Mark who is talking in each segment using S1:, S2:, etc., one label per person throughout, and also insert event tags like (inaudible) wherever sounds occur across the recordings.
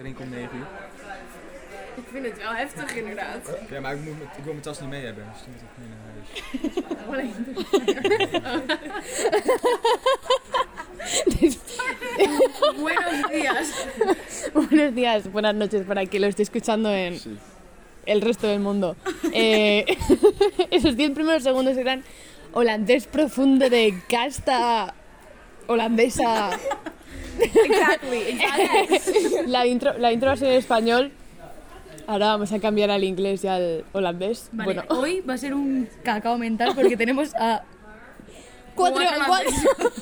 S1: drinken om 9 uur.
S2: Ik vind het wel heftig inderdaad.
S3: (laughs)
S1: Ja, maar ik, moet, mijn- ik wil mijn tas niet mee hebben. Dus toen moet ik mee naar huis.
S2: Alleen.
S3: (laughs)
S2: Buenos días.
S3: (laughs) Buenos días, buenas noches para quien lo esté escuchando en
S4: Sí.
S3: el resto del mundo. Eh, (laughs) esos 10 primeros segundos eran holandés profundo de casta holandesa.
S2: Exactly. exactly.
S3: La intro, la intro va a ser en español. Ahora vamos a cambiar al inglés y al holandés.
S5: Vale,
S3: bueno,
S5: hoy va a ser un cacao mental porque tenemos a
S3: cuatro,
S2: Cuatro
S3: cuatro-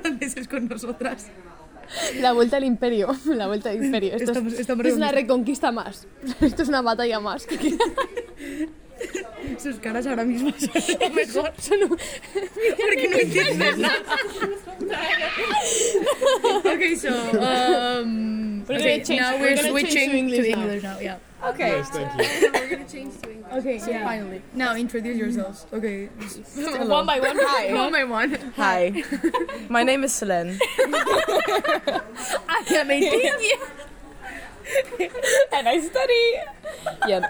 S5: holandeses con nosotras.
S3: (laughs) la vuelta al imperio. La vuelta al imperio. Esto,
S5: Estamos-
S3: es,
S5: estamos
S3: esto es una reconquista más. (laughs) Esto es una batalla más. (laughs)
S5: Sus caras ahora mismo son
S3: (laughs)
S5: lo mejor
S3: Son un-
S5: porque no entiendes nada. ok, so um,
S3: We're
S5: okay,
S3: gonna change-
S5: now
S3: we're
S5: we're,
S3: gonna change
S5: switching
S3: to English
S5: to
S3: now.
S5: English now. Yeah.
S2: Okay.
S1: Yes, thank you.
S2: so we're gonna change to English.
S5: Okay. Yeah. Finally. Now introduce yourselves. Okay.
S3: One by one.
S2: Oh
S3: Hi.
S2: my one.
S6: Hi, my name is Selene.
S5: (laughs) I am 18.
S3: And I study. Yeah.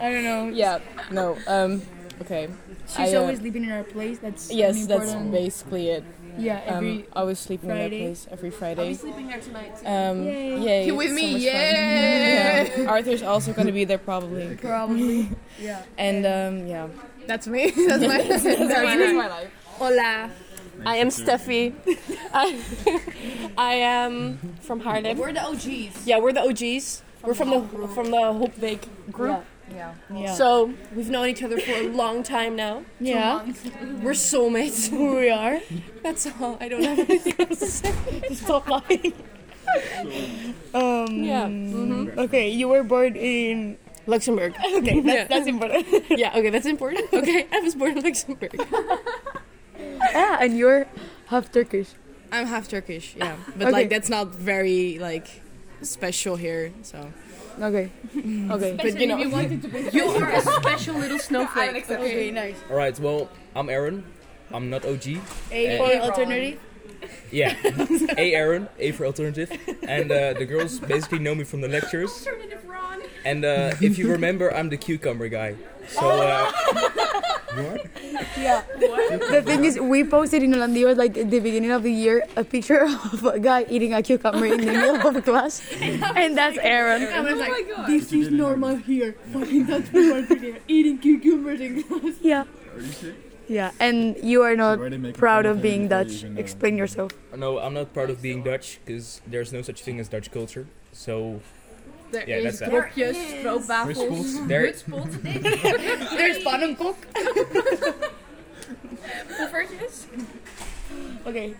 S5: I don't know.
S3: Yeah. No. Um. Okay.
S5: She's
S3: I, uh,
S5: always living in our place. That's an
S3: Yes, that's
S5: important-
S3: basically it.
S5: yeah. Every
S3: Um, I was sleeping in that
S5: Friday.
S3: place every
S2: I'll be
S3: Friday.
S2: sleeping there tonight. too.
S6: Um,
S5: Yay.
S6: yay,
S3: You with
S6: it's so
S3: me?
S6: much fun.
S3: Yeah.
S6: Yeah. Arthur's also gonna be there probably.
S5: probably. yeah.
S6: And um, yeah.
S3: That's me. That's my, that's my life.
S2: Hola.
S7: I am
S3: (laughs)
S7: Steffi. (laughs) I, I am from Haarlem.
S2: We're the OGs.
S7: yeah, we're the OGs. we're from the from the Hopbeek group.
S6: Yeah.
S5: Yeah.
S7: So (laughs) we've known each other for a long time now.
S5: yeah.
S7: We're soulmates. (laughs) Who we are. That's all. I don't have anything else to say.
S5: Stop
S3: (laughs)
S5: lying. um,
S7: Yeah.
S5: Okay, you were born in.
S7: Luxembourg.
S5: Okay, that's,
S7: Yeah.
S5: that's important.
S7: (laughs) Yeah. Okay, that's important. (laughs) Okay, I was born in (laughs) Luxembourg.
S5: ah, and you're half Turkish.
S6: I'm half Turkish.
S3: (laughs)
S6: Yeah, but
S5: Okay.
S6: like that's not very like special here. So
S5: Okay.
S3: Okay.
S6: but you know.
S2: You are a special little snowflake.
S5: Okay,
S3: (laughs)
S5: nice.
S8: All right. Well, I'm Aaron. I'm not OG.
S5: A
S8: Eh.
S5: for alternative.
S2: Oh
S8: Yeah, A Aaron, A for alternative. And uh, the girls basically know me from the lectures.
S2: Alternative Ron.
S8: And uh, if you remember, I'm the cucumber guy. So uh,
S1: What?
S5: The thing is, we posted in Holandio like at the beginning of the year a picture (laughs) of a guy eating a cucumber in the middle of class, and that's Aaron. I was like, this is normal here. Fucking that's normal
S7: (laughs)
S5: here. Eating cucumbers in class. Yeah.
S1: Are you sick?
S5: Yeah, and you are not
S1: Why are they making
S5: proud
S1: fun
S5: of
S1: him
S5: being
S1: before you
S5: Dutch.
S1: even know?
S5: Explain yourself.
S8: no, I'm not proud of being Dutch because there's no such thing as Dutch culture. So
S2: There
S8: Yeah,
S2: is
S8: that's that.
S2: kropjes,
S5: There is.
S2: stroopwafels,
S8: there,
S5: There's pannenkoek.
S2: poffertjes.
S5: Okay.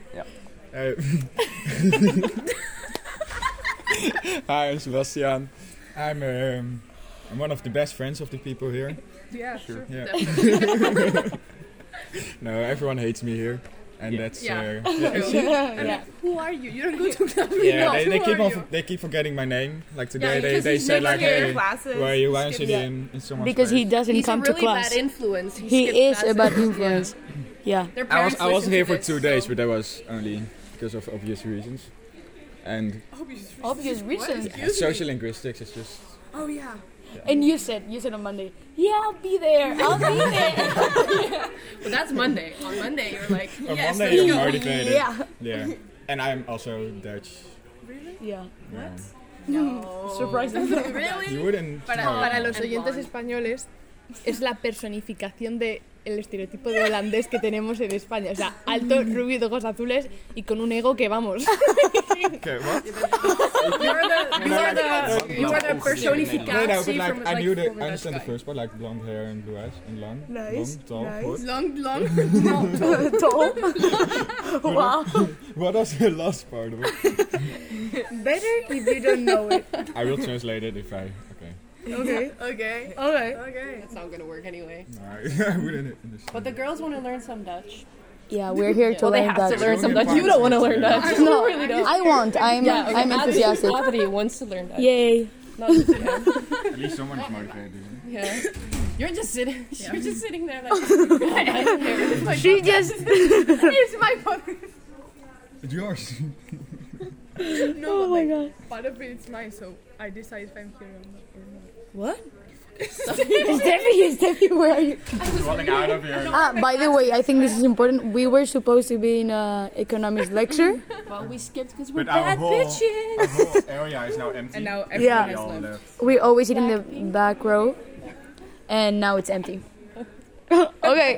S1: Hey. (laughs) Hi, I'm Sebastian. I'm, um, I'm one of the best friends of the people here.
S2: Yeah, sure.
S1: Yeah. No, everyone hates me here. And
S8: Yeah.
S1: that's
S2: Yeah.
S1: uh, yeah, see?
S2: yeah. Who are you? You don't go to club.
S1: Yeah,
S2: enough.
S1: they, they
S2: Who
S1: keep
S2: are
S1: on
S2: you?
S1: they keep forgetting my name. Like today,
S2: Yeah,
S1: they,
S2: because
S1: they
S2: he's
S1: say
S2: never
S1: like,
S2: here in
S1: hey,
S7: classes.
S1: where are you? Why aren't you
S7: Skip- yeah.
S1: in, in someone's
S3: Because he
S1: class?
S3: doesn't
S2: He's a
S3: come
S2: really
S3: to class.
S2: bad influence. He, skips
S3: He is a
S2: classes.
S3: bad influence. Yeah.
S2: Their
S1: I was
S2: parents
S1: I was
S2: listen
S1: here
S2: to
S1: for
S2: this,
S1: two days,
S2: so-
S1: but that was only because of obvious reasons. And
S3: Obvious reasons.
S1: social linguistics is just
S2: Oh yeah.
S3: And you said, you said on Monday, yeah, I'll be there. I'll (laughs) be there.
S2: Well, that's Monday. On Monday, you're like,
S1: On
S2: yes,
S1: Monday
S2: let's
S1: you're
S2: go.
S1: motivated.
S3: (laughs) yeah.
S1: Yeah. (laughs) And I'm also Dutch.
S3: Yeah.
S1: Yeah.
S2: No.
S3: Surprising.
S2: really?
S1: You wouldn't.
S2: Para-
S1: know.
S3: Para los
S2: And
S3: oyentes
S2: blonde.
S3: españoles, es la personificación de el estereotipo de holandés que tenemos en España. O sea, alto, rubio, de ojos azules y con un ego que vamos.
S1: Okay, what?
S2: You are the you are the you are the
S1: No, no, but
S2: personificatie
S1: like
S2: from
S1: I knew the
S2: from
S1: I understand the
S2: Dutch guy.
S1: first part, like blonde hair and blue eyes and long,
S5: Nice,
S1: long,
S2: (laughs)
S1: tall,
S5: nice.
S1: what?
S2: Long, long, long.
S5: Tall. wow.
S1: (laughs) What was the last
S2: (laughs)
S1: part? of it?
S5: Better if you don't know it.
S1: I will translate it if I. Okay.
S5: Okay.
S2: Okay.
S5: Okay.
S7: (laughs)
S2: Okay.
S7: That's not gonna work anyway.
S1: No, I (laughs) wouldn't understand.
S7: But the girls want to learn some Dutch.
S3: (laughs) Yeah, we're here to
S7: Well, they
S3: learn
S7: have
S3: Dutch.
S7: to learn some Dutch.
S1: Only
S7: You don't want to
S1: parts
S7: learn
S1: that-
S7: Dutch.
S3: No,
S7: really don't.
S3: I want. I'm,
S7: Yeah, okay,
S3: I'm
S7: Adri-
S3: enthusiastic.
S7: Adri wants to learn Dutch.
S3: Yay.
S7: Not yeah.
S1: At least someone is motivated. isn't it?
S7: Yeah. (laughs) You're just sitting. (laughs) You're just sitting there
S3: (laughs)
S7: like. (laughs) I don't care.
S5: She just.
S2: Here's my phone.
S1: It's yours.
S5: No, oh my god. Part of it's mine, so I decide if I'm here or not.
S3: It's Steffi, Steffi, where are you?
S1: Running out of here.
S2: (laughs)
S3: Ah, by the way, I think this is important. We were supposed to be in a economics lecture.
S7: Well, we skipped because we're
S1: But our
S7: bad
S1: whole,
S7: bitches.
S1: our whole area is now empty.
S5: And now everyone
S3: Yeah.
S5: is
S1: all
S5: left.
S1: left.
S3: We always sit in the back row, and now it's empty. okay.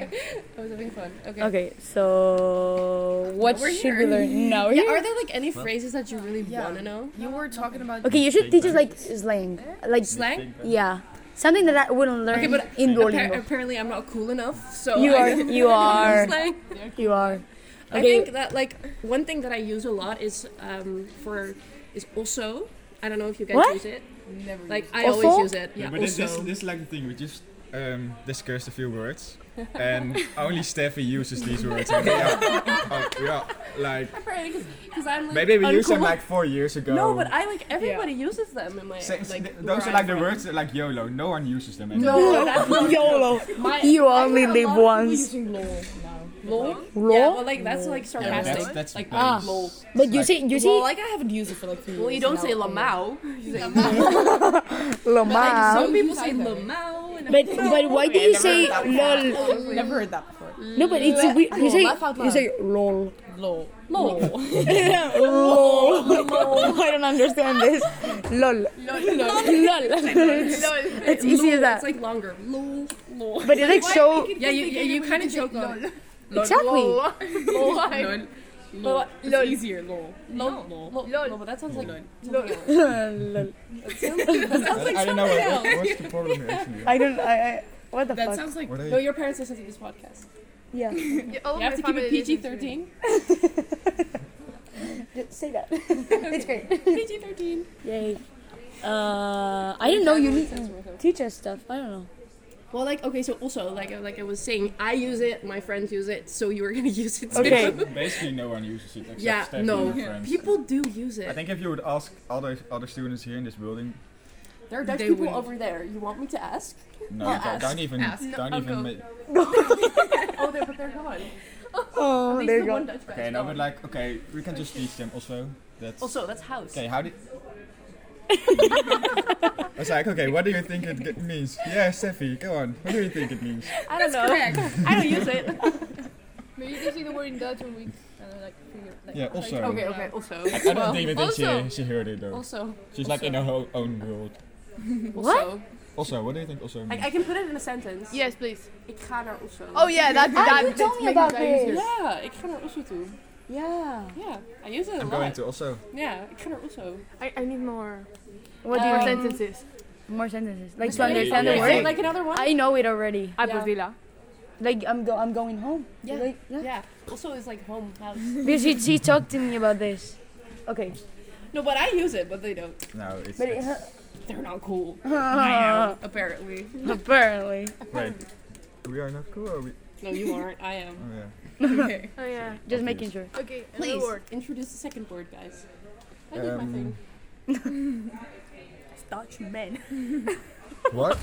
S5: I was having fun. Okay.
S3: Okay. So what
S5: We're
S3: should we
S5: here.
S3: learn now?
S7: Yeah, are there like any phrases that you really want to know?
S5: You were talking about.
S3: Okay, you should teach us like slang, like
S5: Slang?
S3: Yeah, something that I wouldn't learn
S5: Okay, but
S3: in
S7: Appar-
S3: Duolingo.
S7: apparently, I'm not cool enough. So
S3: You
S7: I- (laughs)
S3: are, you are,
S7: Slang.
S3: you are.
S7: I
S3: Okay.
S7: think that like one thing that I use a lot is um, for is also. I don't know if you guys
S3: What?
S7: use it.
S5: Never.
S7: Like I
S3: Also?
S7: always use it.
S1: Yeah,
S7: Yeah.
S1: but this, this,
S7: also.
S1: this is like the thing. We just um, discussed a few words, (laughs) and only Steffi uses these words. And (laughs) yeah, oh, yeah, like
S7: Because I'm like
S1: maybe we used them
S7: uncool.
S1: like four years ago.
S7: No, but I like everybody uses them in my
S1: Sa- s-
S7: like
S1: th- those
S7: where
S1: are
S7: I'm
S1: like the
S7: from.
S1: words that like YOLO. No one uses them anymore.
S7: (laughs) No,
S3: YOLO.
S7: my,
S3: You only live once.
S5: using lol now.
S7: lol. Yeah,
S3: Lol.
S7: well, like that's like
S1: Yeah,
S7: sarcastic.
S1: that's, that's
S7: like
S1: ah.
S7: lol.
S3: But you see, you
S9: Well,
S3: see,
S9: like I haven't used it for like three
S7: Well, you
S9: years
S7: don't
S9: now.
S7: say lamau. You say
S3: Lomao.
S7: Some people say lamau. And
S3: But but why do you say lol?
S9: Never heard that before.
S3: No, but it's a weird. You say
S9: laugh out
S3: you say lol.
S9: Lol.
S7: (laughs) lol.
S3: (laughs) Lol. I don't understand this. Lol. Lol. It's easy as that.
S7: It's like longer. Lol, lol.
S3: But it's like so.
S7: Yeah, you, yeah, you kind of joke on it.
S3: Exactly.
S7: Lol, like,
S5: Lol.
S7: lol.
S5: Lol.
S7: It's easier, lol. Lol, lol. Lol, No, but that sounds like.
S3: Lol.
S7: Lol.
S1: I, I don't know what, what- what's the problem here. Actually?
S3: (laughs) I don't. I. I what the
S5: That
S3: fuck?
S5: sounds like.
S1: What are
S7: No,
S1: you?
S7: your parents listen to this podcast.
S3: Yeah.
S5: Oh,
S7: You have to keep it PG 13.
S3: Say (laughs) that. It's great.
S7: (laughs) PG 13.
S3: Yay. Uh, I didn't know you need teach us stuff. I don't know.
S7: Well, like, okay, so also, like, I- like I was saying, I use it, my friends use it, so you were gonna (laughs) use it too.
S3: Okay.
S1: Basically, no one uses it except
S7: Yeah,
S1: Steffi
S7: no.
S1: and her friends.
S7: People do use it.
S1: I think if you would ask other other students here in this building,
S7: there are Dutch
S5: They
S7: people
S5: wouldn't.
S7: over there. You want me to ask?
S1: no,
S7: Well,
S1: don't,
S7: ask-
S1: don't even,
S5: ask.
S1: don't
S7: No,
S1: even.
S7: I'll
S1: Make,
S7: Oh, they're, but they're (laughs) gone.
S3: Oh,
S7: At least
S3: there you
S7: the
S3: go.
S7: one Dutch guy's
S1: okay, no,
S7: gone.
S1: but like, okay, we can just teach them also. That's
S7: Also, that's house.
S1: Okay, how do?
S7: (laughs)
S1: I was like, okay, what do you think it g- means? Yeah, Steffi, go on. What do you think it means?
S7: I don't know. (laughs) I don't use it.
S5: (laughs) Maybe they say the word in Dutch and we kind of like figure. Like,
S1: Yeah, also.
S7: Okay, okay, also.
S1: I, I don't
S7: Well,
S1: think that
S5: also-
S1: she, she heard it though.
S7: Also,
S1: She's like in her whole own world.
S7: also.
S1: Also, what do you think also
S7: I,
S1: means?
S7: I can put it in a sentence.
S5: Yes, please.
S7: Ik ga naar Oslo.
S5: Oh yeah, that that.
S3: you told me about this.
S7: Yeah, ik ga naar Oslo toe.
S3: Yeah.
S7: Yeah, I use it a
S1: I'm
S7: lot.
S1: going to also.
S7: Yeah, ik ga naar Oslo.
S5: I, I need more. Um,
S3: What do
S5: more
S3: you mean?
S5: sentences.
S3: More sentences. Like to
S1: Yeah, yeah,
S3: understand
S1: yeah.
S3: the
S7: Is it
S3: word.
S7: like another one?
S3: I know it already.
S5: (laughs) Abrevilla.
S3: Like I'm go. I'm going home.
S7: Yeah.
S3: Like, yeah.
S7: yeah. Also is like home, house.
S3: (laughs) Because she, she talked to me about this. Okay.
S7: no, but I use it, but they don't.
S1: No, it's,
S3: But it,
S1: it's
S7: They're not cool.
S5: Uh. Apparently.
S3: (laughs) apparently.
S1: wait. We are not cool. Or we,
S7: No, you aren't. I am.
S1: oh yeah.
S5: Okay.
S3: Oh yeah. Just
S1: Obvious.
S3: making sure.
S5: Okay.
S7: Please introduce the second word, guys. I did
S1: Um,
S7: my thing.
S5: Dutch men.
S7: (laughs)
S1: what?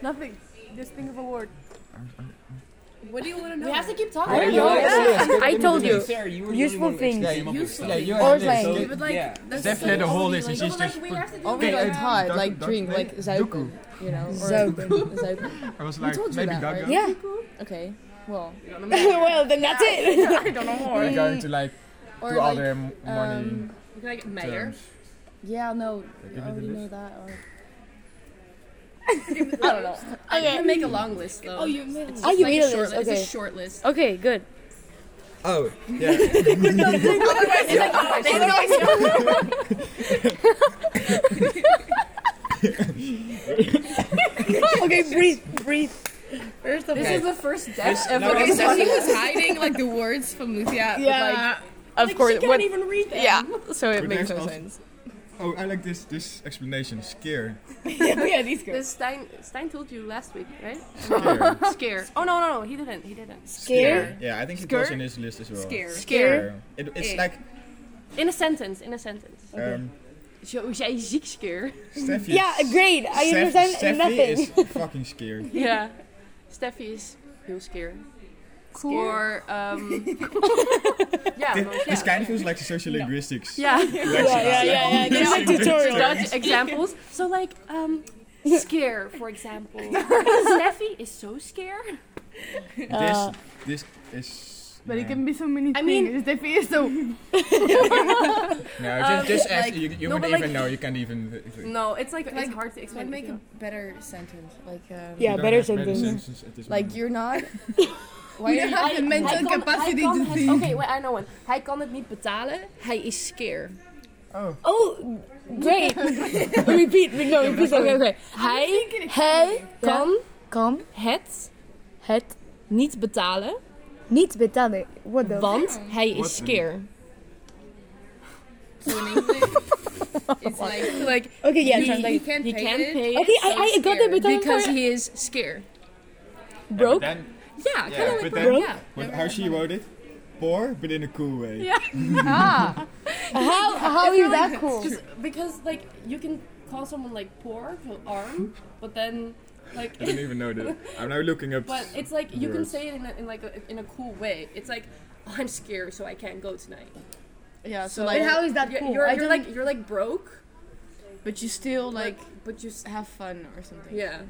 S5: Nothing. Just think of a word.
S7: What do you want to know? (laughs) We have to keep
S1: Yeah,
S7: talking.
S1: you are serious. Get
S3: I
S1: them
S3: told
S1: to
S3: you.
S1: do it.
S3: Useful things.
S1: Yeah, you, yeah, you
S3: Or
S1: are
S3: like-
S1: serious.
S5: But like,
S8: Yeah.
S5: that's
S1: Definitely the whole list is
S7: No,
S1: she's
S7: but like,
S1: just.
S7: we have to do
S3: Oh
S9: Only
S7: like,
S9: like hard,
S1: Duck-
S9: like
S1: duck-
S9: drink, like zuipen, you know, or
S3: Zuipen.
S9: zuipen.
S1: I was like,
S9: told you
S1: maybe
S9: that,
S1: Gaga.
S9: right?
S3: Yeah.
S9: Okay, well,
S3: (laughs)
S7: (laughs)
S3: well, then that's it. (laughs)
S1: We're going to like
S9: or
S1: do all
S9: like,
S1: their m- money
S9: um, Oh,
S7: like mayor.
S1: terms.
S9: yeah, no,
S1: Give
S9: I
S1: me
S9: already
S1: the
S9: know
S1: list.
S9: that.
S3: (laughs)
S9: Or
S7: I don't know. I (laughs) can make a long list though. Oh, you made
S3: Oh, you made a
S7: short
S3: list,
S7: list.
S3: okay.
S7: It's a short list.
S3: okay. Good.
S1: Oh, yeah.
S3: (laughs) okay. Breathe. Breathe. First of all.
S7: This is the first death
S1: This-
S7: ever.
S1: no,
S5: Okay,
S1: this-
S5: so she was hiding like the words from Lucia.
S9: Yeah.
S7: Like, she can't even read them.
S9: yeah, so it
S1: But
S9: makes no
S1: there's also-
S9: sense.
S1: oh, I like this this explanation. Scare.
S7: Oh,
S9: yeah, these girls.
S7: This Stein Stein told you last week, right?
S1: Scare.
S7: (laughs) Scare. Oh no no no, he didn't. He didn't.
S3: Scare.
S1: Yeah, I think it
S7: Scare?
S1: was in his list as well.
S7: Scare.
S1: Scare. It, it's
S7: Eh.
S1: like
S7: In a sentence. In a sentence.
S1: um,
S7: Zo jij ziek scare.
S1: Steffi.
S3: Yeah. Great. I
S1: Stef-
S3: understand
S1: Steffi
S3: nothing. (laughs)
S7: (laughs)
S1: is fucking scared.
S7: Yeah. Steffi is heel scare. or (laughs) um, yeah,
S1: Thi-
S7: well,
S1: This
S7: yeah.
S1: kind of feels like sociolinguistics.
S3: Yeah,
S7: yeah.
S3: yeah, yeah,
S1: (laughs)
S3: yeah. There's like tutorials.
S7: Dutch (laughs) examples. So like um, scare, for
S10: (laughs)
S7: example. Steffi is so scared.
S3: Uh,
S1: This, this is.
S10: But
S1: yeah.
S10: it can be so many
S7: I
S10: things.
S7: mean-
S10: Steffi is so.
S1: No, just,
S7: um,
S1: just ask.
S7: like-
S1: you you
S7: no,
S1: wouldn't
S7: but
S1: even
S7: like-
S1: know. You can't even.
S7: No, it's like,
S11: Like,
S7: it's hard to explain.
S11: Like make
S7: if
S11: a
S7: you-
S11: better sentence. Like um,
S3: Yeah,
S1: You don't
S3: better
S1: have
S3: sentence.
S1: sentences at this
S11: like
S1: moment.
S11: you're not. Why are you
S7: Hij-
S11: have the mental
S7: hij kan-
S11: capacity
S7: hij kan
S11: to
S7: het-
S11: think?
S7: Oké, wait, I know one. Hij kan het niet betalen. Hij is scared.
S3: Oh,
S7: (laughs)
S3: great. (laughs) repeat, no, repeat. Okay, okay.
S7: Hij, hij kan het
S5: Het
S7: niet betalen,
S5: niet betalen. What the?
S7: want
S10: Mm.
S7: hij
S1: What
S7: is
S1: the-
S7: scared.
S11: So in
S7: (laughs)
S11: English,
S7: Oh
S11: it's like
S7: Like
S3: Okay, yeah.
S7: he,
S3: sounds like-
S7: he can't
S11: he
S7: pay,
S11: can't
S7: it
S11: pay
S3: Okay, I, I got the bit
S7: because he is scared.
S1: broke.
S7: Yeah,
S1: Yeah,
S7: kind of
S1: but
S7: like
S1: then-
S7: broke. Yeah.
S1: how she wrote it? Poor, but in a cool way.
S7: Yeah.
S3: How, how is that cool?
S7: Just because like you can call someone like poor for arm, but then like
S1: I don't even know that. I'm now looking up.
S7: (laughs) but it's like you can
S1: words.
S7: say it in, a, in like a, in a cool way. It's like I'm scared, so I can't go tonight.
S11: yeah. So
S7: So-
S11: like,
S7: And
S10: How is that
S7: You're,
S10: cool?
S7: you're,
S10: I
S7: you're
S10: don't-
S7: like you're like broke,
S11: but you still like
S7: but you s-
S11: have fun or something.
S7: yeah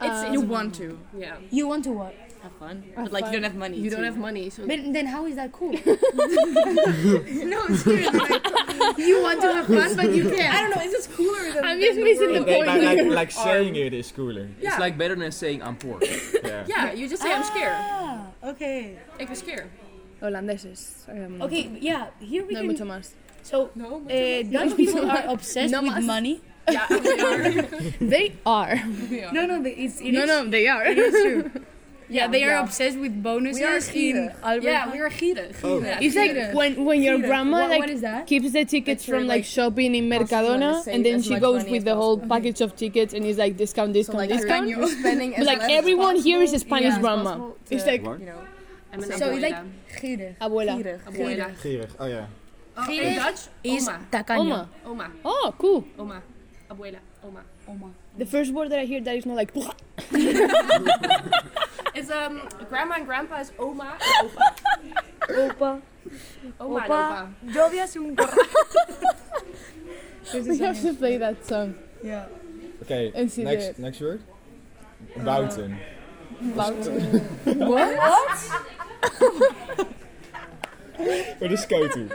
S11: It's, you want to
S7: yeah.
S3: You want to what?
S11: have fun, but like you don't have money.
S5: (laughs)
S7: You don't have money, so
S3: But then how is that cool?
S11: no, seriously. you want to have fun, but
S5: (laughs)
S11: you can't.
S7: I don't know. Is this cooler than?
S10: I'm
S7: than
S10: just missing the
S7: world?
S10: point.
S1: like, like, like saying it is cooler.
S7: Yeah.
S8: It's like better than saying I'm poor.
S1: Yeah.
S7: Yeah, you just say
S10: Ah.
S7: I'm scared.
S12: Okay.
S7: Ik ben scared.
S10: Holandeses. Um,
S3: Okay, yeah. Here we
S10: No,
S3: can.
S10: mucho más.
S3: So
S7: No.
S3: uh, Dutch people (laughs) are obsessed
S10: No
S3: with
S10: mas.
S3: money.
S7: yeah.
S10: They are.
S5: (laughs) No, no, the- it's it
S10: No,
S5: is-
S10: no, they are.
S5: It is true. Yeah, they are
S7: yeah.
S5: obsessed with bonuses
S7: We
S5: in Albert.
S7: yeah,
S5: Heijn.
S7: we are gierig.
S1: Oh.
S3: (laughs)
S7: Yeah.
S3: It's like when, when your grandma
S5: What-
S3: like
S5: what is that?
S3: keeps the tickets
S11: That you're,
S3: from like,
S11: like,
S3: shopping in
S11: also trying to
S3: Mercadona
S11: save
S3: and then
S11: as
S3: she
S11: much
S3: goes
S11: money
S3: with
S11: as
S3: the whole package of tickets and is like discount,
S11: So
S3: discount,
S11: like
S3: discount.
S11: when you're
S3: (laughs)
S11: spending
S3: But
S11: as
S3: like
S11: less
S3: everyone
S11: as
S3: here is a
S11: possible,
S3: Spanish
S11: yeah,
S3: grandma.
S11: as possible
S3: It's
S11: to,
S3: like-
S1: What?
S11: you know,
S7: I'm
S11: So
S7: an abuela.
S11: it's like gierig.
S3: Abuela.
S11: Gierig.
S7: abuela.
S1: Gierig. Oh yeah.
S7: Oh, in Dutch,
S5: is
S7: oma,
S5: tacaño.
S3: Oma.
S7: oma,
S3: Oh, cool.
S7: oma, abuela, oma.
S3: The first word that I hear that is not like (laughs)
S7: It's um grandma and grandpa is oma and opa.
S5: Opa.
S7: Oma and
S5: Opa.
S7: opa.
S5: Lluvia es un (laughs)
S3: we have to play that song.
S1: Okay.
S3: And see
S1: next
S3: the-
S1: next word. Buiten. (laughs) What is koten?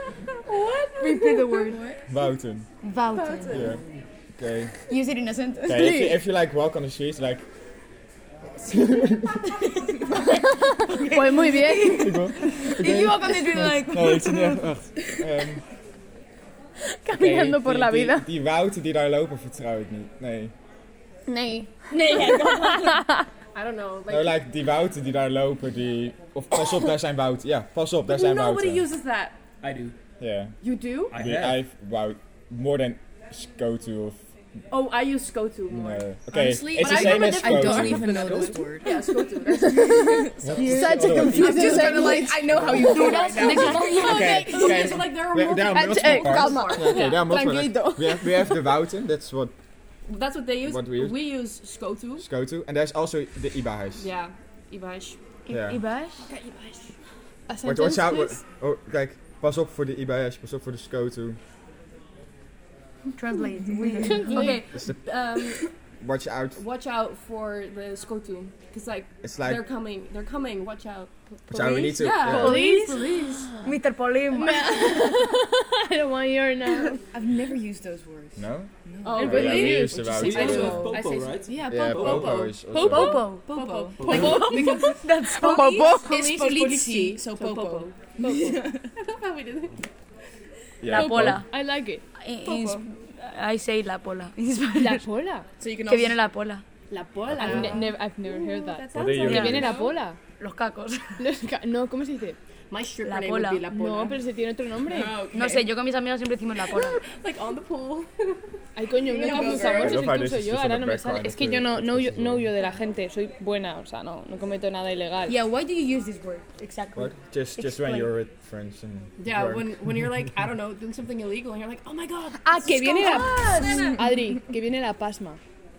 S5: Repeat the word.
S1: Buiten. Yeah. Okay.
S5: (laughs) Use it in a sentence.
S1: Okay. If you, if you like walk on the streets, like
S10: Pues muy bien.
S5: If you walk on the street like
S1: Nee, ik zit echt. Wacht. Ehm,
S10: Caminando
S1: nee,
S10: por
S1: die-
S10: la
S1: die-
S10: vida.
S1: Die, wouten die daar lopen vertrouw ik niet. Nee.
S10: Nee.
S7: I don't know.
S1: Nou,
S7: Like,
S1: like, die wouten die daar lopen, die. Of pas op, daar zijn wouten. Ja, pas op, daar zijn
S7: nobody
S1: wouten. Ja.
S7: uses that.
S8: I do.
S7: You do?
S1: I I've wow, more than Skotu of
S7: Oh, I use skotu more.
S1: no. Okay,
S7: Honestly,
S1: it's
S7: but
S1: the
S7: I
S1: same
S7: remember
S1: as
S7: that-
S1: Skotu.
S7: I
S12: Don't even know this word.
S7: Yeah, skotu.
S1: Such a
S10: I'm just gonna like, I know how you do that.
S1: Okay, okay.
S7: so like there are
S1: We-
S7: multiple.
S1: There are multiple parts. Okay, there are multiple.
S10: Tranquilo.
S1: like, we have we have the wouten. That's what
S7: That's what they use.
S1: What we use?
S7: use skotu.
S1: Skotu, and there's also the Ibahuis.
S7: Yeah, Ibash.
S1: Yeah.
S7: Okay, Ibash.
S1: What watch out!
S3: (laughs)
S1: What, oh, kijk, pas op voor de Ibahuis. Pas op voor de Skotu.
S5: translate.
S7: Okay,
S1: It's the
S7: um,
S1: watch out.
S7: watch out for the skotu, because like
S1: It's
S7: they're
S1: like
S7: coming, they're coming. Watch out.
S1: watch out. We need to.
S7: Yeah.
S1: Police.
S5: Mr. Polim.
S3: (laughs) I don't want your now.
S11: I've never used those words.
S1: No.
S7: Oh,
S1: Yeah,
S7: really?
S1: we use the
S8: We
S1: wouten.
S7: I know.
S8: also have
S7: I
S8: Popo,
S7: say-
S8: right?
S11: Yeah,
S1: Yeah,
S11: popo.
S1: popo is also.
S5: Popo.
S7: Popo.
S5: That's
S12: Popo.
S7: Police
S12: Police,
S7: is
S12: politie.
S7: politie,
S12: So
S7: So
S12: popo.
S7: (laughs) I love how we did it.
S1: Yeah,
S5: La pola.
S3: I like it.
S5: In- in Sp- I say la pola. (laughs) In Spanish.
S3: (laughs) La pola.
S12: So you can
S5: Que
S12: also
S5: viene la pola.
S7: La bola.
S3: I've, ne- never, I've never heard that.
S7: That
S1: What do
S7: sounds
S1: you
S7: like-
S5: Yeah.
S3: Que viene la pola.
S5: Los cacos.
S3: Los ca- No, ¿cómo se dice?
S7: My stripper
S5: La
S7: name would be
S5: bola.
S7: La Bola.
S3: No, pero se tiene otro nombre.
S5: No sé, yo con mis amigos siempre decimos la pola.
S7: Like on the pool.
S3: Ay, coño, no confusamos
S1: girl.
S3: eso
S1: Lo
S3: incluso
S1: pareces
S3: yo.
S1: tú
S3: Ahora
S1: from
S3: no
S1: the
S3: me sale.
S1: background
S3: Es que
S1: of
S3: yo
S1: the-
S3: no,
S1: of
S3: no,
S1: the
S3: huyo, no
S1: story.
S3: huyo de la gente. Soy buena, o sea, no, no cometo nada ilegal.
S5: Yeah, why do you use this word exactly?
S1: What? Just just when
S5: Explain.
S1: you're with friends and.
S7: Yeah,
S1: drunk.
S7: when when you're like I don't know doing something illegal and you're like oh my god.
S3: Ah, que viene (laughs) la... Adri, que viene la pasma.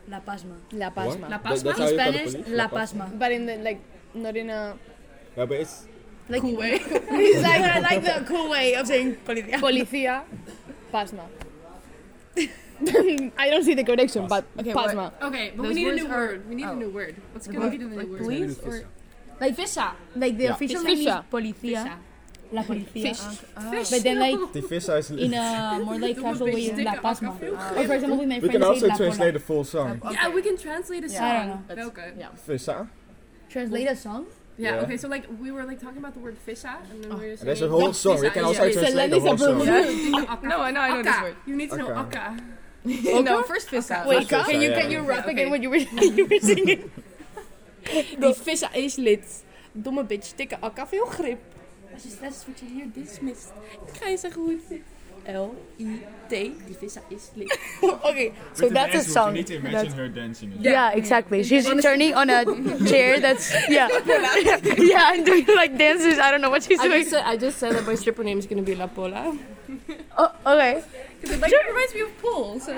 S5: La pasma.
S3: La
S1: What?
S3: pasma.
S1: That- that's how you call the police?
S5: La pasma.
S3: But in the, like, not in a...
S1: No, but it's
S6: cool
S3: (laughs)
S6: way.
S3: He's like, I like the cool way of saying policía. Policía, pasma. (laughs) I don't see the connection, but pasma.
S7: Okay, but
S4: Those
S7: we need a
S4: words
S7: new
S4: are-
S7: word. We need a new word. What's gonna be the new word?
S4: Police or
S13: Like,
S7: Vissa.
S13: like the
S1: Yeah.
S13: official
S3: It's
S13: name is
S3: Fisha.
S13: policía.
S7: Vissa.
S13: La policía.
S3: Fish.
S13: But then like
S1: the fish eyes.
S13: in a more like casual way, it's la pasma. Or
S3: Um,
S13: for example, with my
S1: we can
S13: friends,
S1: also
S13: say la
S1: translate
S13: pola.
S1: the full song.
S7: (laughs) Yeah, we can translate a
S13: I don't
S7: song.
S13: know.
S7: Okay. Yeah.
S1: Vissa.
S13: Translate a song.
S1: Yeah.
S7: Okay. So like we were like talking about the word vissa, and then we were saying.
S1: And that's a whole song. We
S7: vissa,
S1: can
S7: yeah.
S1: also
S7: Yeah.
S1: translate the
S3: Celine
S1: whole
S3: is a
S1: song.
S3: blue- (laughs)
S7: No, I know. I know
S6: this word.
S7: You need to know
S1: Akka.
S7: akka.
S6: (laughs) no, first fist out.
S3: Wait,
S1: Okay,
S3: can you
S1: yeah.
S3: can you rap
S6: Okay.
S3: again what you were (laughs) you were
S13: (laughs)
S3: singing?
S6: Die vissa is lid. Domme bitch, dikke akka, veel grip.
S7: Als je slechts wordt je hier dismissed. Ik ga je zeggen hoe het zit. L-I-T. Die vissa is lid.
S3: okay, so that's a song.
S1: You need to imagine
S13: That's-
S1: her dancing.
S13: Yeah, exactly. She's turning
S3: (laughs)
S13: on a chair that's yeah. (laughs) yeah, and doing like dances. I don't know what she's
S6: (laughs) I
S13: doing.
S6: just, said, I just said that my stripper name is gonna be La Pola.
S13: Oh, okay.
S7: Because it like reminds me of pool.
S6: (laughs)
S7: So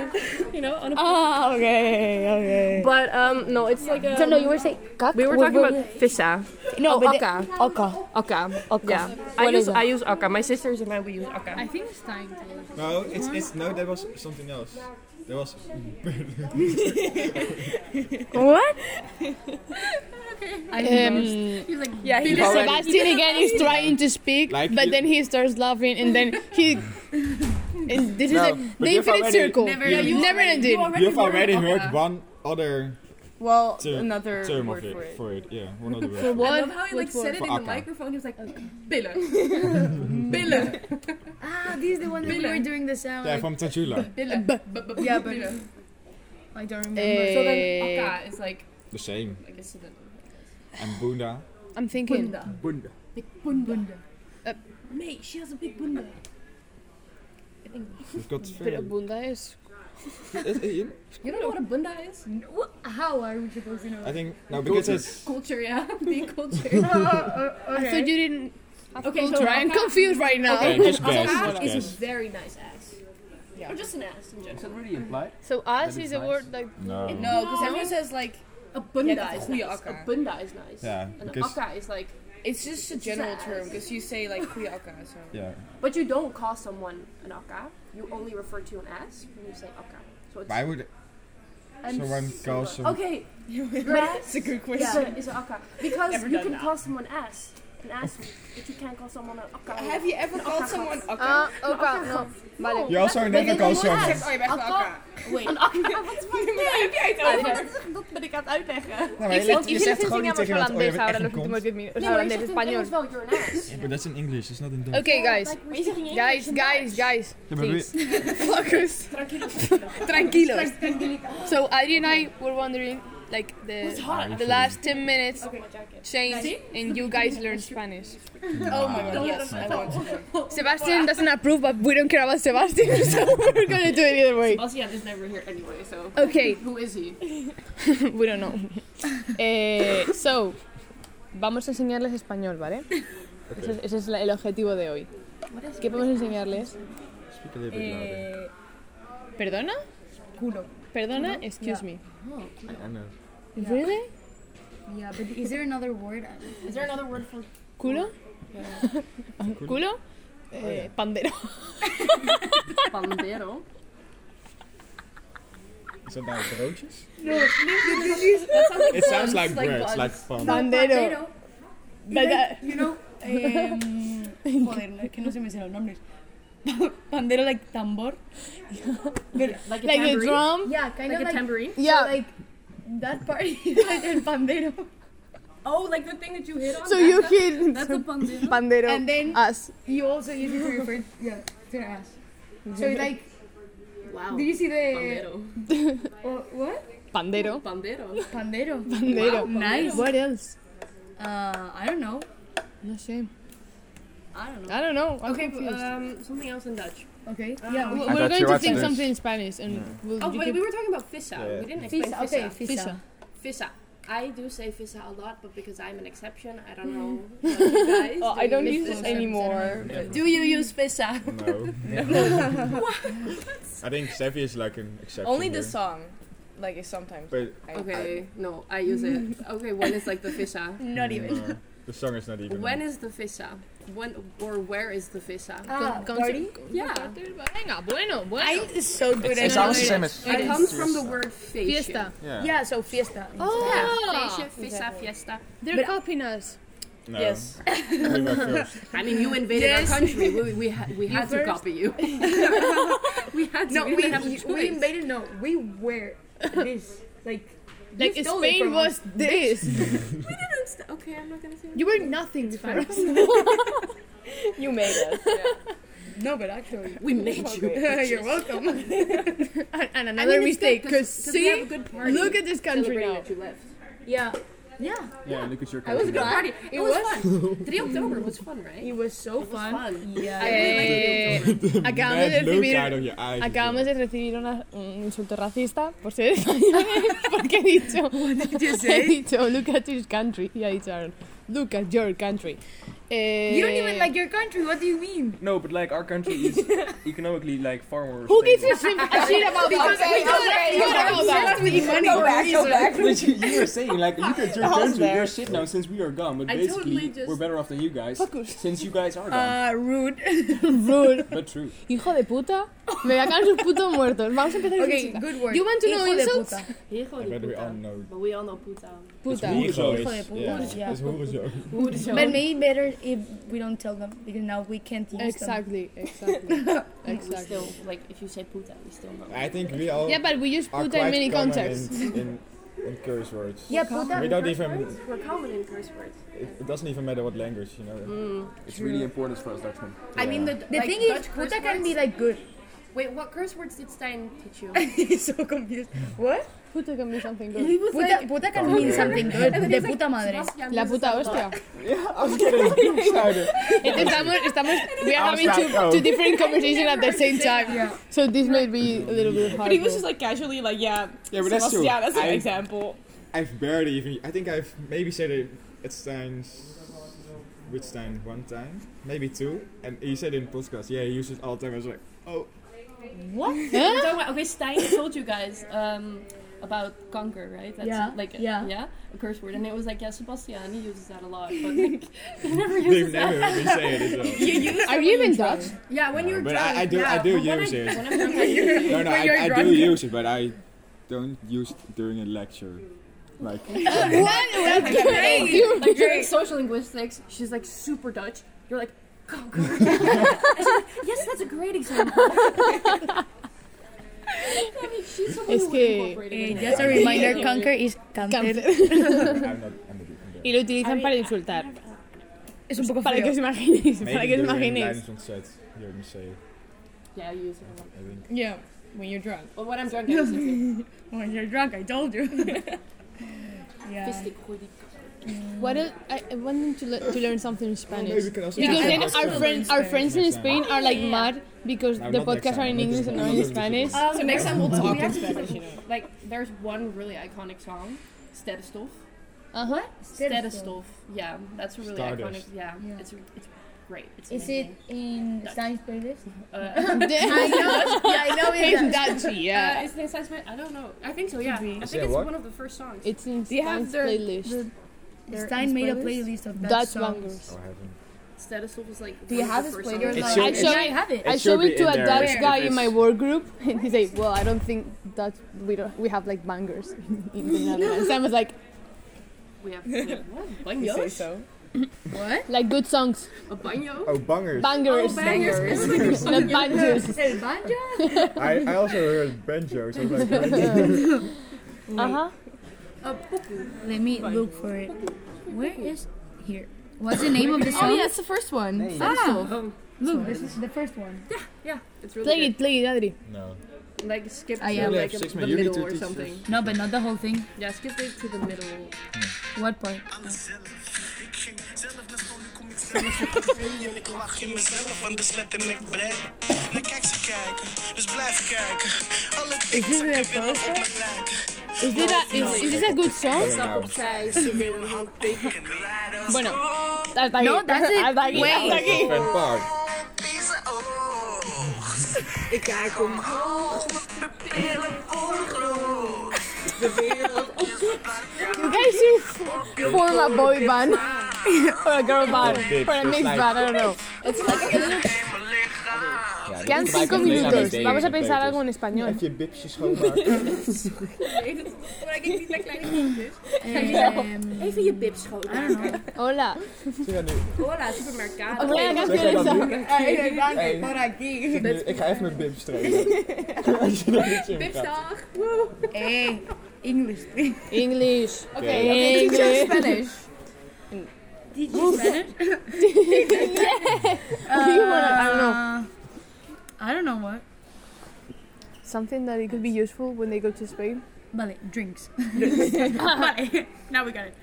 S7: you know. On a
S3: Ah, okay, okay.
S6: But um, no, it's like a.
S13: So no, you were saying kak?
S6: we were
S13: What
S6: talking
S13: were
S6: about vissa.
S3: No, but the-
S6: Akka.
S3: okay.
S6: Akka.
S3: Akka.
S6: Yeah. I
S3: What is
S6: use
S3: that?
S6: I use akka. My sisters and I we use akka.
S2: I think it's time to.
S1: No, it's it's no. There was something else. There was. (laughs)
S13: What?
S3: Um,
S7: He's like
S6: Yeah, he
S1: just- Alright.
S3: Sebastian again is trying to speak,
S1: Like
S3: but
S1: you-
S3: then he starts laughing, and then he. And this
S1: No,
S3: is a,
S1: but
S3: the
S1: you've
S3: infinite
S1: already-
S3: circle.
S7: Never
S3: yeah, you
S7: ending.
S3: never ended.
S1: You've already heard one other
S6: Well,
S1: ter-
S6: another
S1: term
S6: word
S1: of it
S6: for it.
S1: for it. Yeah, one other word.
S3: For
S1: for it.
S7: I
S3: what?
S7: love how he like said it in the
S1: Akka.
S7: microphone. He was like,
S3: (laughs)
S7: (laughs) billen. billen.
S5: Ah, these are the ones that we
S7: Billen.
S5: were doing the sound.
S1: Yeah,
S5: Like,
S1: from Tajula.
S7: Billen.
S5: Yeah, but-
S7: billen.
S5: I don't remember.
S7: So then
S3: Eh,
S7: akka is like,
S1: The same.
S7: like a synonym.
S1: And Bunda.
S3: I'm thinking.
S1: Bunda.
S7: Big bunda.
S5: Bunda.
S6: Uh,
S7: Mate, she has a big bunda.
S1: We've got
S3: Pero
S1: very.
S3: bunda is.
S1: Is it you?
S7: You don't know what a bunda is?
S5: Wha- How are we supposed to know?
S1: I think no because it's
S7: Culture, (laughs) yeah. Being
S3: (laughs)
S7: culture.
S5: Oh, oh, oh,
S3: I thought you didn't.
S7: Okay, so
S3: Culture. I'm
S7: Akka-
S3: confused right now.
S1: Okay. just guess,
S7: An ass
S1: just
S7: is
S1: guess.
S7: a very nice ass. Or just an ass in general.
S8: really implied?
S3: So ass
S8: That
S3: is
S8: is
S3: a
S8: nice.
S3: word like.
S1: no.
S6: No, because everyone says like
S7: A bunda
S6: Yeah,
S7: is
S6: that's
S7: nice.
S6: goeie akka.
S7: A bunda is nice.
S1: Yeah,
S7: An
S1: because-
S7: akka is like,
S6: it's just a general term because you say like goeie akka. So
S1: Yeah.
S7: but you don't call someone an akka. You only refer to an ass when you say akka. So it's
S1: Why would someone call some?
S7: Okay,
S6: (laughs)
S7: that's a good question. It's a, it's a akka because you can call someone ass, an ass, but you can't call someone an akka.
S6: have you ever called someone akka?
S13: Ah, okay, no. Vale.
S1: You also never call someone.
S6: oh, je bent gewoon akka.
S7: An (laughs) akka? What's
S6: Heb jij het over?
S7: Dat ben ik aan het uitleggen.
S1: Nee, maar
S3: Ik
S1: je
S3: zit,
S1: zegt-
S3: ik
S1: je
S3: zit
S1: zegt
S3: even
S1: gewoon niet
S3: zingen maar voor
S1: tegen iemand, oh, je
S3: Hollandees
S1: bent
S3: houden,
S1: echt
S3: dan moet
S1: een
S3: ik het niet.
S7: Nee, maar je
S3: Hollandees,
S7: zegt in het Engels
S3: Spanisch.
S7: wel, you're an ass. (laughs)
S1: Yeah, but that's in English. It's not in Dutch.
S3: Okay, guys.
S7: Like, we're speaking English
S3: Guys,
S7: in
S3: guys,
S7: Dutch.
S3: guys.
S1: Yeah, but we-
S3: Focus. Tranquilos. So Adi and I were wondering, like the the last ten minutes
S7: My jacket.
S3: changed, and you guys learned Spanish.
S6: Oh my god, yes, I want to.
S3: Sebastian doesn't approve, but we don't care about Sebastian, (laughs) so we're gonna do it either way.
S7: Bastian is never here anyway, (laughs) so
S3: Okay,
S7: who is he?
S3: (laughs) we don't know. Eh, so, vamos a enseñarles español,
S7: (laughs)
S3: ¿vale? Ese es, ese es la- el objetivo de hoy. ¿Qué podemos enseñarles?
S1: Speak a little bit louder.
S3: Perdona.
S6: Uh,
S3: Perdona. Excuse me.
S1: I know.
S3: Really?
S5: Yeah, but is there another word?
S7: Is there another word for (laughs)
S3: ¿Culo? ¿Culo? Eh, pandero.
S7: pandero?
S1: Is that now broodjes?
S6: That sounds like
S1: It sounds like
S6: like
S1: bread,
S6: buns.
S1: like fun.
S3: Pandero. But that-
S13: You know,
S5: (laughs)
S13: em, joder, no, es que no se me sé los nombres. Pandero, like tambor.
S5: (laughs)
S7: Like a
S3: like a
S7: tambourine?
S3: drum.
S5: Yeah, kind
S7: Like
S5: of
S7: a
S5: like,
S7: tambourine?
S3: Yeah.
S5: like that part (laughs) is like el pandero.
S7: Oh, like the thing that you hit on?
S3: so
S7: that's
S3: you
S7: a-
S3: hit
S7: That's a
S3: (laughs)
S7: pandero?
S3: pandero.
S5: And then
S3: us.
S5: (laughs) you also use it to refer yeah, to an ass. So it's like,
S7: Wow.
S5: do you see the
S7: Pandero.
S5: oh, what?
S3: Pandero.
S7: Pandero.
S5: Pandero.
S3: Pandero.
S5: Nice.
S3: What else?
S5: Uh, I don't know.
S3: No sé.
S7: I don't know.
S3: I don't know. I'm
S7: Okay,
S3: confused.
S5: uh, (laughs)
S7: um, something else in Dutch.
S5: Okay.
S7: Yeah,
S3: We-
S1: I got
S3: We're going
S1: you,
S3: to
S1: what's
S3: think
S1: this?
S3: something in Spanish and we'll
S7: Oh,
S3: you
S7: wait,
S3: keep-
S7: we were talking about fissa.
S1: Yeah.
S7: We didn't explain
S5: Fisa.
S7: fissa.
S5: Okay.
S3: Fisa.
S5: Fisa.
S7: Fissa. I do say fissa a lot, but because I'm an exception, I don't know. about you guys.
S3: Oh,
S7: Do
S3: I
S7: you
S3: don't
S7: use
S3: use this
S7: fissa?
S3: anymore.
S6: Do you use vissa?
S1: (laughs) No. I think Sevi is like an exception.
S6: Only the
S1: here.
S6: song, like is sometimes.
S1: But
S6: I-
S7: Okay, no, I use it. Okay, one is like the fissa.
S6: I- not even.
S1: no. The song is not even.
S7: When is the visa? When or where is the visa?
S5: Ah, party?
S7: Yeah,
S14: Venga, bueno, bueno.
S3: I'm so good
S8: It
S3: at
S8: sounds the
S3: it.
S8: same as.
S7: it comes from the word
S14: Fiesta.
S1: yeah.
S3: Yeah, so fiesta.
S5: Oh.
S7: Yeah, feestje, visa, fiesta.
S14: They're copying us.
S1: No. (laughs) Yes. we were first.
S7: I mean, you invaded
S3: Yes.
S7: our country. We, we, ha- we had to
S3: first.
S7: copy (laughs) you. we had to.
S3: No, we,
S7: didn't have a
S3: we, we
S7: choice.
S3: invaded. No, we were this. Like,
S14: Like
S3: you stole it
S14: Spain
S3: from
S14: was this.
S7: Okay, I'm not gonna say.
S14: You were nothing before
S7: (laughs)
S14: us.
S3: you made us. No, but actually,
S7: We made you.
S3: (laughs) you're
S5: (laughs)
S3: welcome.
S14: and, and
S7: I
S14: another
S7: mean, it's
S14: mistake.
S7: good
S14: Cause
S7: cause we have a
S14: see,
S7: good party.
S14: look at this country
S7: celebrating
S14: now.
S7: that you left.
S3: yeah,
S1: Yeah, look at your
S7: It was
S1: country
S7: a good
S1: (laughs) now.
S7: party. It, was, (laughs) fun. 3 October was fun, right?
S3: it was so
S7: It was
S3: fun.
S7: fun.
S3: Yeah.
S14: Eh, acabamos de
S1: Mad look
S14: recibir
S1: out of your eyes.
S3: Acabamos de recibir una- un insulto racista por ser españoles, ¿eh? (laughs) porque
S5: (laughs)
S3: he dicho, (laughs) he dicho, look at your country, y ha dicho Aaron, look at your country. Eh,
S5: You don't even like your country. What do you mean?
S8: No, but like our country
S3: (laughs)
S8: is economically like far more.
S3: Who gives a shit a shit
S5: (laughs)
S3: about
S5: Because
S3: that?
S5: we
S3: Because
S5: already-
S3: we don't
S5: we
S3: about
S5: already- Go back,
S3: that.
S5: go
S8: (laughs)
S5: back.
S8: But you, you were saying like look
S3: (laughs)
S8: at your country,
S3: there.
S8: your shit now since we are gone. But
S7: I
S8: basically,
S7: totally just-
S8: we're better off than you guys since you guys
S3: (laughs)
S8: are gone.
S3: Ah, rude. rude.
S8: but true.
S3: Hijo de puta. Me voy a cagar sus putos muertos. Vamos a empezar
S5: Okay,
S3: con chica.
S5: good word.
S3: You want to know
S5: Hijo de
S3: insults?
S5: puta.
S7: Hijo
S1: I
S7: de
S1: bet we all
S7: puta.
S1: know.
S7: But we all know puta.
S3: Puta.
S1: It's hoerenzooi.
S3: Hijo de puta.
S1: Yeah. (laughs)
S3: Yeah.
S1: It's hoerenzooi.
S5: But maybe better if we don't tell them because now we can't use them.
S3: Exactly,
S5: (laughs)
S3: exactly.
S7: We
S3: exactly.
S7: still like if you say puta, we still know.
S1: I think we all
S3: Yeah, but we use
S1: are
S3: puta in
S1: quite
S3: many
S1: common
S3: contexts.
S1: In, in, in curse words.
S5: Yeah, puta.
S1: We don't even.
S7: We're common in curse words.
S1: It, it doesn't even matter what language, you know.
S3: Mm.
S8: It's really important for us Dutchmen.
S7: I mean the,
S5: The
S7: like,
S5: thing
S7: Dutch
S5: is,
S7: curse
S5: puta can
S7: words-
S5: be like good.
S7: Wait, what curse words did Stein teach you?
S5: (laughs) He's so confused. What?
S3: Puta can be something good.
S7: (laughs) he was
S5: Puta, puta can mean something good. De puta madre.
S3: La puta hostia.
S8: (laughs) Yeah, I was getting excited.
S3: estamos, estamos, we are having two,
S8: oh.
S3: two
S1: (laughs)
S3: different conversations at the same time. So this may be a little bit hard.
S7: But he was just like casually like yeah.
S1: Yeah, but that's true.
S7: Yeah, that's an
S1: I-
S7: example.
S1: I've barely even. I think I've maybe said it at Stein's. With Stein one time, maybe two, and he said in podcast, yeah, he uses it all the time. I was like,
S3: (laughs)
S1: oh,
S3: Huh?
S7: Don't worry. Okay, Stein told you guys um, about conquer, right? That's
S5: Yeah,
S7: like a,
S5: yeah.
S7: a curse word, and it was like yeah, Sebastian he uses that a
S5: (laughs)
S7: lot, but like he never
S1: they've
S7: uses that.
S1: never heard me say it. As well.
S3: Are (laughs) you even Dutch?
S7: Yeah, when you're
S1: But
S7: drunk.
S1: I, I do, I
S7: yeah,
S1: do
S7: but when
S1: use
S7: I-
S1: it.
S7: when I'm drunk, I
S5: (laughs)
S7: use it.
S1: No, no, I, I do use it, but I don't use it during a lecture.
S3: (laughs)
S1: Like,
S3: You-
S7: Like during social linguistics, she's like super Dutch. You're like
S5: (laughs)
S7: conquer. And she's like, yes, that's a great example. I mean, she's someone
S3: Es
S7: who
S3: que-
S7: incorporated it.
S5: Eh, Just a reminder, conquer is (laughs) cancer.
S1: I'm not, I'm not doing that.
S3: (laughs) Y lo utilizan para insultar.
S5: Es un poco
S3: Para que
S5: feo.
S3: os imaginéis. Para
S1: Maybe
S3: que os
S1: during
S3: imaginéis.
S1: lines on set, you heard me say it,
S7: Yeah, I use it. a lot.
S1: I think.
S3: Yeah, when you're drunk.
S7: Well, when I'm drunk, I use it. too.
S3: When you're drunk, I told
S5: (laughs)
S3: you.
S7: Fistic, hoodie.
S3: What el- I, I want them to, le- to learn something in
S1: Oh, Maybe
S3: Spanish.
S1: we can also do
S3: Because then
S1: that next
S3: our
S1: time.
S3: friends, our friends in
S1: Next time.
S3: Spain are like mad because
S1: No,
S3: the
S1: not next
S3: podcasts are
S1: time,
S3: in
S1: not
S3: English
S1: this
S3: and
S1: time,
S3: not
S1: not
S3: in
S1: this time.
S3: Spanish.
S7: So next time we'll talk in Spanish. Like, there's one really iconic song, Stedestolf.
S3: Uh huh. (laughs)
S7: Stedestolf. Yeah, that's a really iconic.
S1: Stardust.
S7: Yeah,
S5: Yeah.
S7: it's it's great. It's
S5: Is it
S7: amazing.
S5: in Spanish playlist?
S7: Uh,
S5: (laughs) I know. I know
S3: In
S5: it.
S3: Dutch, yeah.
S7: Uh, is this Sesame? I don't know. I think so. Yeah, I think
S1: Is it
S7: it's
S1: what?
S7: one of the first songs.
S3: It's in
S5: They have
S3: Spanish
S5: their-
S3: playlist.
S5: the- Stein made a playlist of Dutch,
S3: Dutch
S5: songs.
S3: bangers.
S1: Oh, I haven't.
S7: Stethoscope was like.
S5: Do you
S7: one of
S5: have
S7: the
S5: his
S7: first
S5: playlist?
S7: songs.
S1: It's
S3: I
S1: should-
S3: showed,
S5: Yeah, I have it.
S3: I
S1: It should
S3: showed
S1: be
S3: it to
S1: in
S3: a
S1: there,
S3: Dutch
S1: if
S3: guy
S1: it's-
S3: in my work group, (laughs) and he's like, "Well, I don't think that we don't, we have like bangers (laughs) in the Netherlands." I was like,
S7: We have we have what? Bangers?
S5: (laughs)
S3: "Like good songs,
S7: A banyo?
S1: Oh, bangers.
S3: bangers,
S7: bangers.
S5: (laughs)
S3: (laughs) not bangers."
S5: El banjo?
S1: I, I also heard banjos. I was
S3: (laughs)
S1: like,
S3: Uh huh.
S5: Let me look for it. Where is here? What's the name of the song?
S7: Oh yeah, it's the first one.
S5: Ah,
S7: Oh,
S5: look, this is the first one.
S7: yeah, it's really
S3: Play it, play it, Adri.
S1: no.
S7: good. Like skip
S5: I
S7: to
S5: am.
S7: like
S1: Yeah, six
S7: the
S1: minutes. You need
S7: middle
S1: to
S7: or
S1: teach us.
S7: something.
S5: No, but not the whole thing.
S7: Yeah, skip it to the middle.
S5: What (laughs) part?
S3: Is this a Is this a, is, is this a good song? Bueno, hasta aquí.
S5: No,
S3: (laughs)
S5: that's it.
S3: Hasta aquí,
S5: Wait.
S3: hasta aquí.
S1: Fan part.
S3: (laughs) You guys should form a boy band. (laughs) or a girl bar,
S15: Or a dip,
S3: or a
S15: just
S3: mixed
S15: like-
S3: bar, I don't know. It's like a little...
S15: Ja, dit
S3: Quedan
S15: is vaak
S3: cinco
S15: een beetje aan
S3: minutos.
S15: het
S3: Vamos a
S15: delen,
S3: pensar algo
S15: Peters.
S3: en español.
S16: je bipsje
S1: (laughs)
S16: schoonmaakt.
S17: Weet het, maar ik denk niet naar kleine kindjes.
S5: Um,
S7: Even je bib schoon.
S5: (laughs)
S3: Hola.
S7: Hola, supermercado.
S3: Oké, ja,
S16: Zeg jij dat nu?
S17: Hey,
S16: Hey.
S17: para aquí.
S16: Ik,
S5: (laughs)
S16: ga even mijn bib strelen. (laughs) Als je daar niet in gaat.
S17: Bipsdag.
S18: Hey, English.
S5: (laughs)
S3: English.
S17: Okay,
S3: English.
S17: okay, Spanish.
S7: Did you Spanish?
S3: I don't know.
S5: Uh, I don't know what.
S3: Something that it could be useful when they go to Spain.
S5: Vale, drinks. (laughs) vale, now we got it.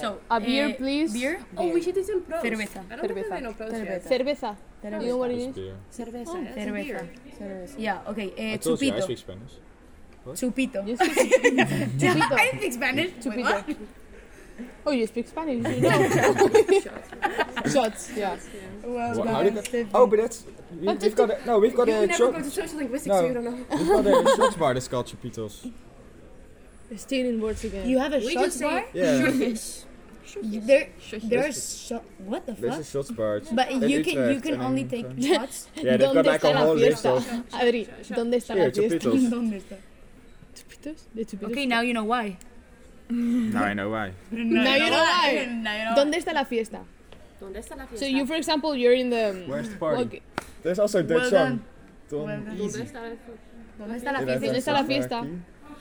S5: So,
S3: A beer,
S5: eh,
S3: please.
S5: Beer?
S17: Oh, we should do some pros.
S5: Cerveza.
S17: I don't think
S3: Cerveza.
S17: I know pros yet.
S3: Cerveza. You know what it is?
S1: beer.
S7: Cerveza.
S17: Oh,
S7: that's a
S5: cerveza.
S7: beer.
S5: (laughs) Yeah, okay.
S1: I
S5: Eh,
S1: told you I
S5: chupito.
S1: speak Spanish.
S5: Chupito.
S3: You speak Chupito.
S5: I speak Spanish. Wait, what?
S3: Chupito. Oh, you speak Spanish, you know. Shots, yeah.
S16: Wha- how did that? Oh, but that's we, we've got a, no, we've got
S7: You
S16: a
S7: never go
S16: short,
S7: to social linguistics,
S16: No.
S7: so you don't know.
S16: we've got a shorts bar that's called Chapitos.
S3: Stealing words again.
S5: You have a shot bar?
S16: Yeah,
S5: You- There, there's
S16: There's-
S5: shot. What the
S1: there's
S5: fuck?
S1: a shots bar.
S5: But
S1: At
S5: you can you
S1: Utrecht
S5: can
S1: and
S5: only
S1: in
S5: take
S1: France.
S5: shots.
S1: Yeah, they've got like a whole list of
S3: Adri, ¿dónde está
S1: here
S3: la fiesta?
S1: Chapitos.
S5: ¿Dónde está?
S3: (laughs) Chupitos? De chupitos.
S5: Okay, now you know why.
S1: Now Nou, I know why.
S5: Now,
S3: you know why.
S5: Now you know
S3: ¿Dónde está la fiesta?
S7: ¿Dónde está la
S3: So
S7: fiesta?
S3: you, for example, you're in the...
S16: Where's the party?
S3: Okay.
S1: There's also
S5: Well
S1: Dutch
S5: done.
S1: song. Tom
S5: Well done.
S7: ¿Dónde
S1: Easy.
S7: está la fiesta?
S5: ¿Dónde está la
S1: Yeah,
S5: fiesta?
S1: that's
S3: ¿Dónde está la
S1: actually
S3: fiesta?
S1: key.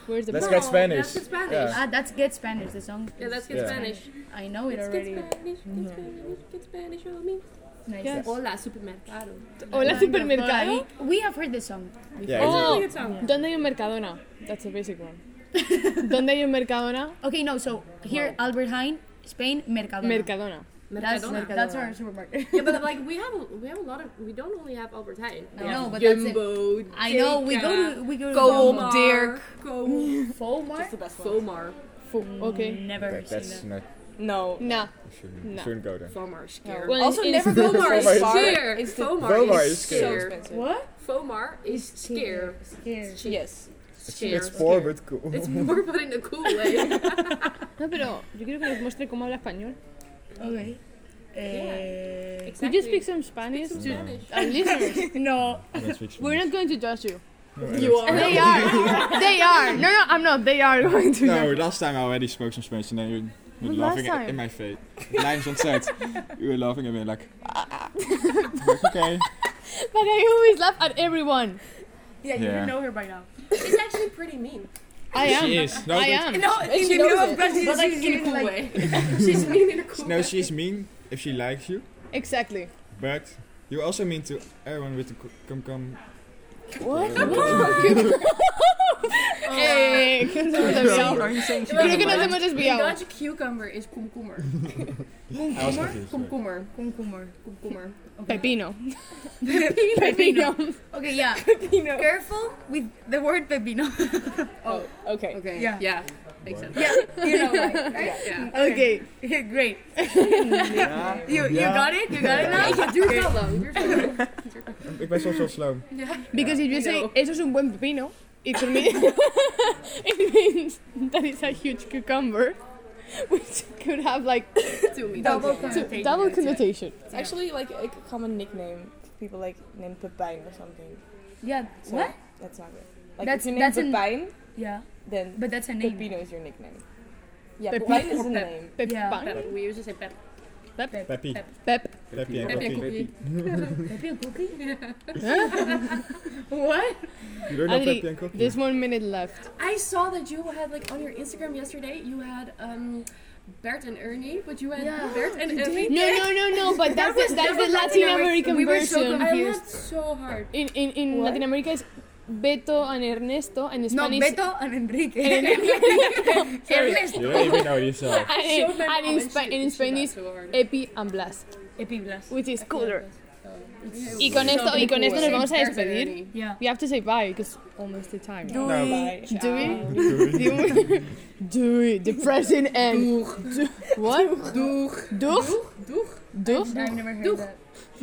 S3: Where's the
S1: Let's
S3: bar?
S1: get
S7: No,
S1: Spanish.
S7: that's in Spanish.
S1: Yeah.
S5: Ah, that's Get Spanish. The song.
S7: Yeah, let's get
S1: Yeah.
S7: Spanish.
S5: I know it
S7: Let's get
S5: already.
S7: Spanish. Get Spanish. Get Spanish. on me.
S5: Nice.
S3: Yes.
S7: Mm-hmm. Hola, supermercado.
S3: Hola, supermercado.
S5: We have heard this song.
S1: Yeah,
S3: Oh.
S1: exactly.
S7: Really good song.
S3: ¿Dónde hay un Mercadona? That's a basic one. ¿Dónde hay un Mercadona?
S5: Okay, no. So here, Albert Heijn, Spain, Mercadona.
S3: Mercadona.
S5: That's,
S7: Mercadona.
S5: that's our supermarket.
S7: Yeah,
S5: (laughs)
S7: but like we have a, we have a lot of we don't only have Albert Heijn.
S5: I know, but that's it.
S7: Jumbo.
S5: I know. We go to we go to Walmart.
S7: Dirk. Go.
S5: Walmart.
S7: Fomar.
S3: Fu- Okay.
S5: Never
S1: That- That's
S5: seen
S1: not.
S17: No.
S3: Nah.
S1: You shouldn't, you
S3: No.
S1: shouldn't go there.
S7: Fomar. Scare.
S3: Well,
S17: Also,
S3: in-
S17: never
S3: in-
S17: go to Fomar
S1: Fomar is
S7: Scare.
S17: It's the-
S1: Fomar
S7: Fomar
S1: is
S7: is
S17: so
S7: scare.
S17: expensive.
S5: What?
S7: Fomar is scare.
S5: Scare.
S17: Yes.
S1: It's
S7: Scare.
S1: poor but cool. (laughs)
S7: It's more but in a cool way.
S3: No, pero yo quiero que nos muestre cómo habla español.
S5: Okay. Eh,
S3: Could you speak some Spanish to our listeners?
S5: no.
S3: (laughs) We're not going to judge you.
S7: You are.
S3: They are. they are. No, no, I'm not. They are going to.
S1: No, last time I already spoke some Spanish and then you were
S3: What, last
S1: laughing
S3: time?
S1: at, in my face. Lines on set. You were laughing at me like, like, okay.
S3: But I always laugh at everyone.
S5: Yeah, you
S1: Yeah.
S5: didn't know her by now.
S7: It's actually pretty mean.
S3: I am.
S1: She is. No,
S3: I
S1: but-
S3: am. (laughs)
S5: No,
S3: she knows it.
S5: but like, in a cool way.
S7: (laughs) She's mean in a cool
S1: No,
S7: way.
S1: she's mean if she likes you,
S3: Exactly.
S1: but you also mean to everyone with the c- cum cum.
S3: What?
S5: Oh,
S1: Sorry.
S3: Eh, (laughs) Creo que nos hemos
S7: In
S3: desviado.
S7: Dutch, cucumber is kumkummer.
S1: I was confused. yeah.
S7: Kumkummer.
S5: Kumkumar.
S7: Kumkummer.
S3: Pepino. Pepino.
S5: Okay, yeah. (laughs) Careful with the word pepino.
S3: Oh, (laughs) okay.
S7: Okay.
S5: (laughs) Yeah.
S7: Yeah. Mm. Makes sense.
S5: yeah, you know, like, right?
S7: Yeah.
S5: Okay, great. You you got it? You got it now?
S7: Yeah, duur wel. Duur wel.
S1: Ik ben soms wel slow.
S3: Because if you say
S7: No.
S3: eso es un buen pepino, it for me (laughs) it means that it's a huge cucumber, (laughs) which could have like
S7: Too mean.
S17: Double
S3: two-
S17: connotation.
S3: double connotation.
S17: It's actually like a common nickname. People like name Pepijn or something.
S5: Yeah.
S17: So
S5: What?
S17: That's not good. Like
S5: That's-
S17: if you name
S5: that's an-
S17: Pepijn,
S5: Yeah.
S17: then
S5: But that's a name.
S17: Pepino is your nickname. Yeah,
S3: Pepijn
S17: Pepijn is
S3: or
S17: a
S3: Pep.
S17: name.
S3: Pep,
S5: Yeah.
S3: bang,
S7: Pep. We usually say pep.
S1: Peppy.
S3: pep.
S1: Peppy and
S7: Peppy and
S1: Peppy.
S7: cookie.
S5: Pepe and cookie? (laughs)
S3: (laughs)
S5: what?
S1: You don't know Peppy and
S3: Adri,
S1: cookie? (laughs)
S3: there's one minute
S17: (laughs)
S3: left.
S7: I saw that you had like on your Instagram yesterday. You had um, Bert and Ernie, but you had Bert and Ernie.
S3: No, no, no, no. But that's the, that's the Latin American
S5: we were so
S3: version.
S7: I laughed so hard.
S3: in in, in Latin America, it's Beto and Ernesto, and in
S5: No,
S3: Spanish.
S5: Beto and Enrique. (laughs) Ernesto.
S1: You don't even know this song.
S3: And,
S7: So
S3: in-
S7: many
S3: and in,
S7: moments
S3: Spa-
S7: she-
S3: in
S7: she
S3: Spanish,
S7: laughed so hard.
S3: Epi and Blas,
S5: Epiblas.
S3: which is cooler.
S7: Yeah,
S3: eh, Y con esto, y con esto nos vamos a
S7: Bert and
S3: despedir.
S7: Ernie.
S5: Yeah.
S3: We have to say bye because almost the time. Do
S1: No.
S3: we? Do we? Do we? The present end. Do- What? Doeg. Doeg. Doeg.
S5: I've never heard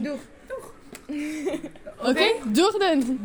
S5: that.
S3: Okay. Doeg then.